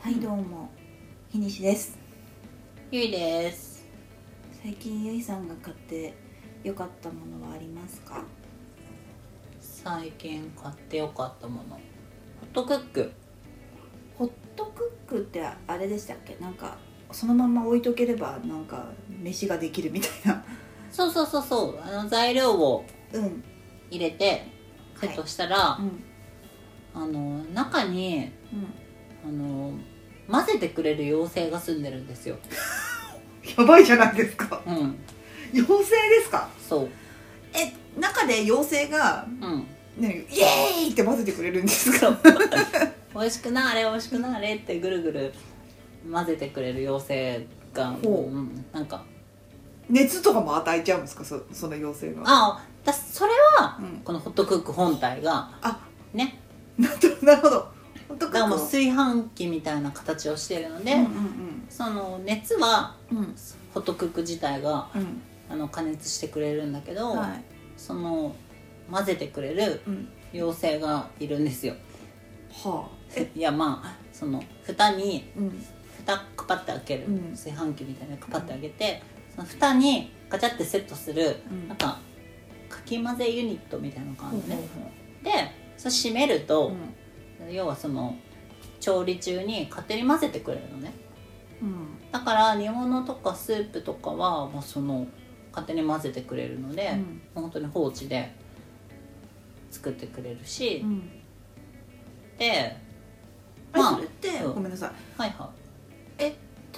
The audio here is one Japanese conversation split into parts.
はいどうも日西ですゆいです最近ゆいさんが買って良かったものはありますか最近買ってよかったものホットクックホットクックってあれでしたっけなんかそのまま置いとければなんか飯ができるみたいなそうそうそうそうあの材料を うん入れてはセいットしたら、うんあの中にうんあの混ぜてくれる妖精が住んでるんですよやばいじゃないですかうん妖精ですかそうえ中で妖精がうんねイエーイって混ぜてくれるんですか美味しくなあれ美味しくなあれってぐるぐる混ぜてくれる妖精が、ほうんなんか 熱とかも与えちゃうんですかそその妖精があだそれはうんこのホットクック本体があねなるほどなるほどホットクだかッらクもうを炊飯器みたいな形をしてるので、うんうんその熱はうんうんホットクック自体がうんあの加熱してくれるんだけど、はいその混ぜてくれるうん妖精がいるんですよはあ いやまあその蓋にうん蓋カパッて開ける、うん炊飯器みたいなのカパッて開けて、その蓋にガチャってセットする、うんなんかかき混ぜユニットみたいなのがあるのね、うでそれ閉めるとん、要はその調理中に勝手に混ぜてくれるのねうんだから煮物とかスープとかはもうその勝手に混ぜてくれるので、うん本当に放置で作ってくれるし、うんあでれまあそれってうんごめんなさいはいは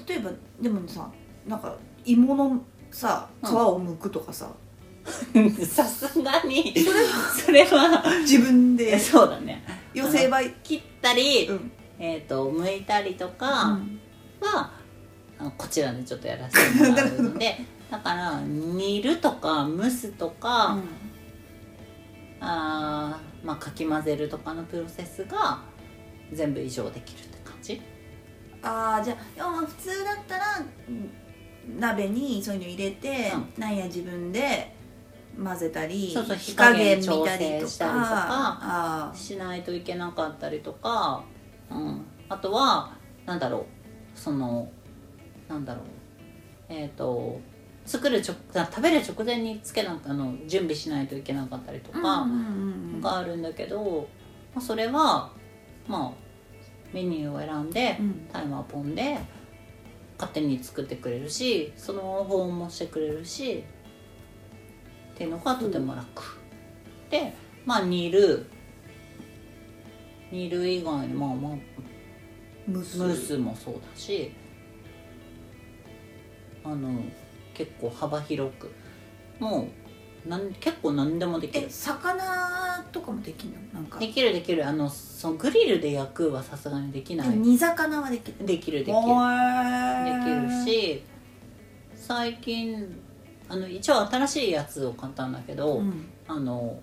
例えばでもさなんか芋のさ皮を剥くとかさ、い さす がにそれは自分えでそうだね妖精ばい切ったり、うんえー、と剥いたりとうかんは、あのこちらでちょっとやらせ てもらうのでだから煮るとか蒸すとか、あーまあかき混ぜるとかのプロセスが全部以上できるって感じああじゃあ要は普通だったらうん鍋にそういうの入れて、うなんや自分で混ぜたりそうそう火加減見たりと調整かしたりとかあーしないといけなかったりとか、うん、あとはなんだろうそのなんだろうえっ、と作る直あ食べる直前につけなあの準備しないといけなかったりとうんかうんうんがあるんだけど、まあ、それはまあメニューを選んで、うんタイマーポンで勝手に作ってくれるしその保温もしてくれるしっていうのがとても楽、でまあ煮る煮る以外にまあまあ蒸ムーすスもそうだしあの結構幅広くもうなん結構何でもできえる魚とかもできるのなんかできるできるあのそのグリルで焼くはさすがにできないでも煮魚はできるできるできるできるるし最近あの一応新しいやつを買ったんだけど、うん、あの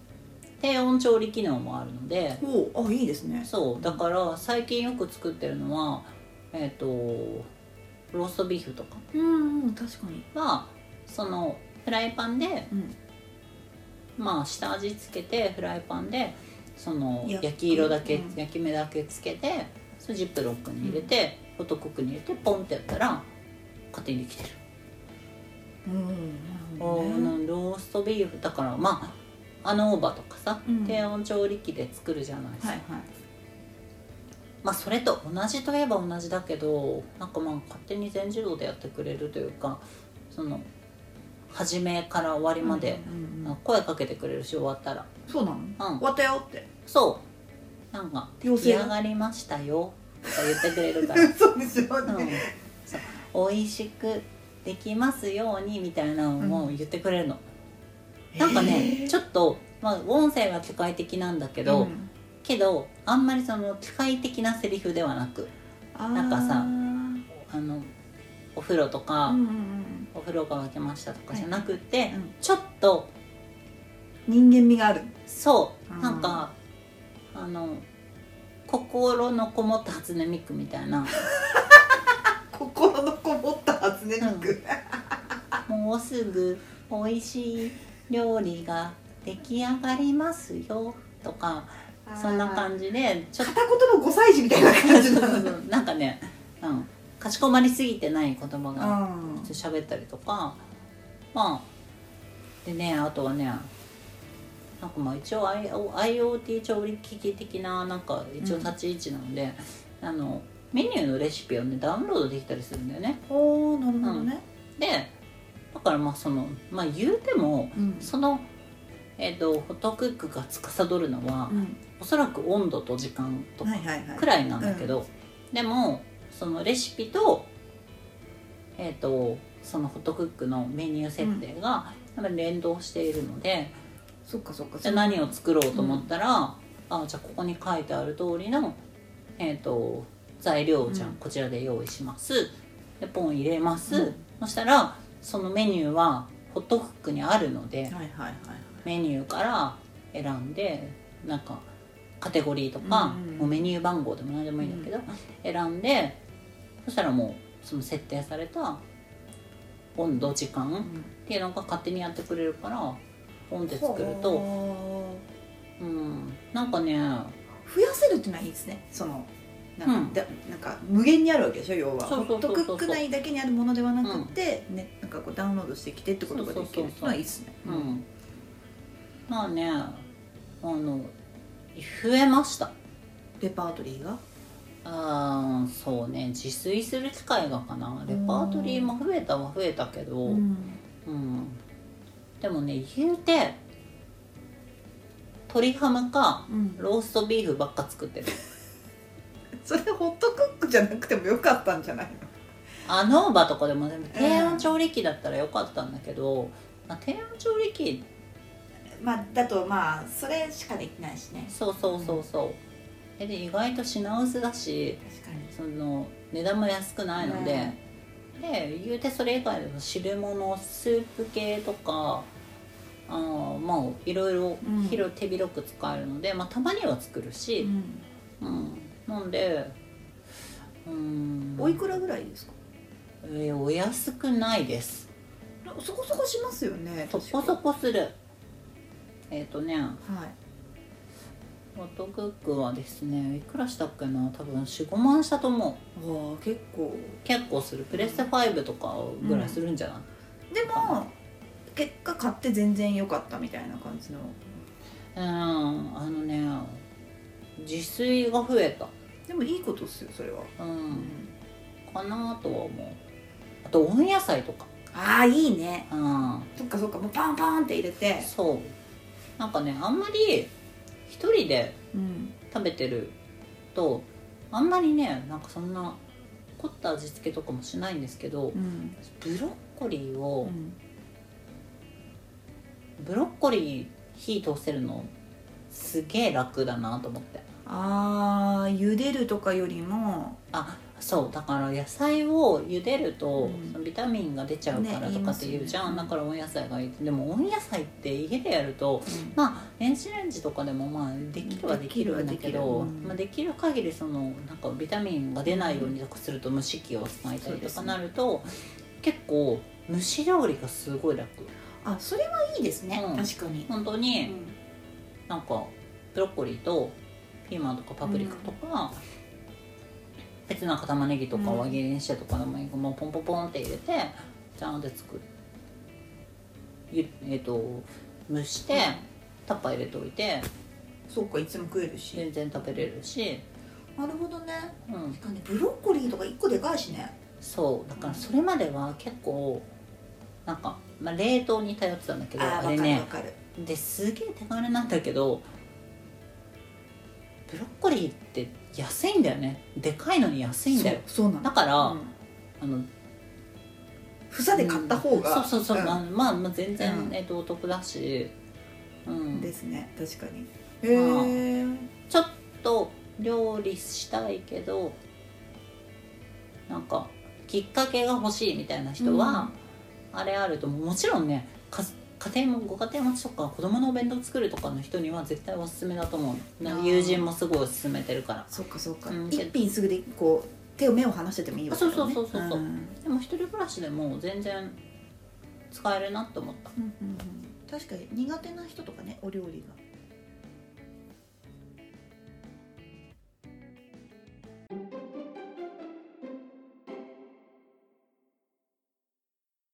低温調理機能もあるのでおあいいですねそうだから最近よく作ってるのはえっ、とローストビーフとかうん、うん、確かにはそのフライパンでうんまあ下味つけてフライパンでその焼く焼き色だけ、うん焼き目だけつけてそれジップロックに入れて、ホットクックに入れてポンってやったら勝手にできてる。うんなるあほどねーローストビーフだからまああの大葉とかさ、うん低温調理器で作るじゃないですか、はいはいまあそれと同じといえば同じだけどなんかまあ勝手に全自動でやってくれるというかその始めから終わりまで、うんうんあ声かけてくれるし終わったらそうなの、うん終わったよって そうなんか「出来妖精上がりましたよ」とか言ってくれる からそうですようん、そう美味しくできますようにみたいなのを言ってくれるの、なんかね、ちょっと、まあ、音声は機械的なんだけけど、けどあんまりその機械的なセリフではなくなんかさあのお風呂とか、うんうんお風呂が沸けましたとかじゃなくて、うんちょっとうん、人間味があるそうあーなんかあの心のこもった初音ミクみたい な心のこもった初音ミク、もうすぐ美味しい料理が出来上がりますよとかそんなじ感じでちょっと 片言の5歳児みたいな感じなのなんかねね、うん、かしこまりすぎてない言葉がうん喋ったりとかまあでねあとはねなんかまあ一応 I- IoT 調理機器的ななんか一応立ち位置なので、あのメニューのレシピをねダウンロードできたりするんだよねおーなるほどねでだからまあそのまあ言うてもうんそのえっ、とホットクックが司るのは、うんおそらく温度と時間とはいはいはいくらいなんだけど、でもそのレシピと,、えー、とそのホットクックのメニュー設定がやっぱり連動しているので、そっかそっかじゃあ何を作ろうと思ったら、あじゃあここに書いてある通りの、えー、と材料をじゃあうんこちらで用意します、でポン入れます、うんそしたらそのメニューはホットクックにあるので、はいはいはいメニューから選んでなんかカテゴリーとか、うんうんもうメニュー番号でも何でもいいんだけど、選んでそしたらもうその設定された温度時う間んっていうのが勝手にやってくれるからポンって作ると、ほうん、なんかねー増やせるっていうのはいいですねそのなんか,、うんだなんか無限にあるわけでしょ要はそうそうそうそうホットクック内だけにあるものではなくて、ね、なんかこうダウンロードしてきてってことができるっていうのはいいですねうん、まあねあの増えましたレパートリーがあーそうね自炊する機会がかなレパートリーも増えたは増えたけど、うんうんでもね言うて鶏ハムかうん、ローストビーフばっか作ってるそれホットクックじゃなくてもよかったんじゃないのあノーバとかでもね低温調理器だったらよかったんだけど、まあ、低温調理器まあだとまあそれしかできないしねそうそうそうそうえで意外と品薄だし確かにその値段も安くないので、ねで言うてそれ以外でも汁物スープ系とかあーまあいろいろうん広手広く使えるので、まあ、たまには作るし、うんうん、なんでうんおいくらぐらいですかえーお安くないですそこそこしますよねそこそこするえっ、とねはいホットクックはですねいくらしたっけな多分45万したと思うわあ結構結構するプレステ5とかぐらいするんじゃない、でも結果買って全然良かったみたいな感じのうん、あのね自炊が増えたでもいいことっすよそれは、ううんかなとは思うあと温野菜とかああいいねうんそっかそっかもうパンパンって入れてそうなんかねあんまり一人でうん食べてるとあんまりねなんかそんな凝った味付けとかもしないんですけどうんブロッコリーをうんブロッコリー火通せるのすげえ楽だなと思ってああ茹でるとかよりもあそうだから野菜を茹でると、うんそのビタミンが出ちゃうからねとかって言うじゃ言いますよん、ねだから温野菜がいいってでも温野菜って家でやるとまあ電子レンジとかでもまあできるはできるんだできけるはどできるうんまあ、できる限りそのなんかビタミンが出ないようにとかすると蒸し器を使いたりとかなると、結構蒸し料理がすごい楽あそれはいいですね、うん確かに、本当に、なんかブロッコリーとピーマンとかパプリカとか、別なんか玉ねぎとかうん輪切りにしてとかでもいいからもうポンポンポンって入れてジャーンって作るゆえっ、と蒸してタッパー入れておいてそうかいつも食えるし全然食べれるし、なるほどねうん、かねブロッコリーとか1個でかいしねそうだからそれまでは結構なんか、まあ、冷凍に頼ってたんだけどあああ分かれるね分かるですげえ手軽なんだけどブロッコリーって安いんだよねでかいのに安いんだよそうそうなのだから、うんあの房で買った方が、うんそうそうそう、んまあまあ、まあ、全然、うんえっとお得だし、うん、ですね確かにへえ、ちょっと料理したいけどなんかきっかけが欲しいみたいな人は、あれあるともちろんねか家庭もご家庭持ちとか子供のお弁当作るとかの人には絶対おすすめだと思うなあー友人もすごいおすすめてるからそっかそっか、うん一品すぐでこう手を目を離しててもいいわけだよねそうそうそうそうそうんでも一人暮らしでも全然使えるなと思ったうんうんうん確かに苦手な人とかねお料理が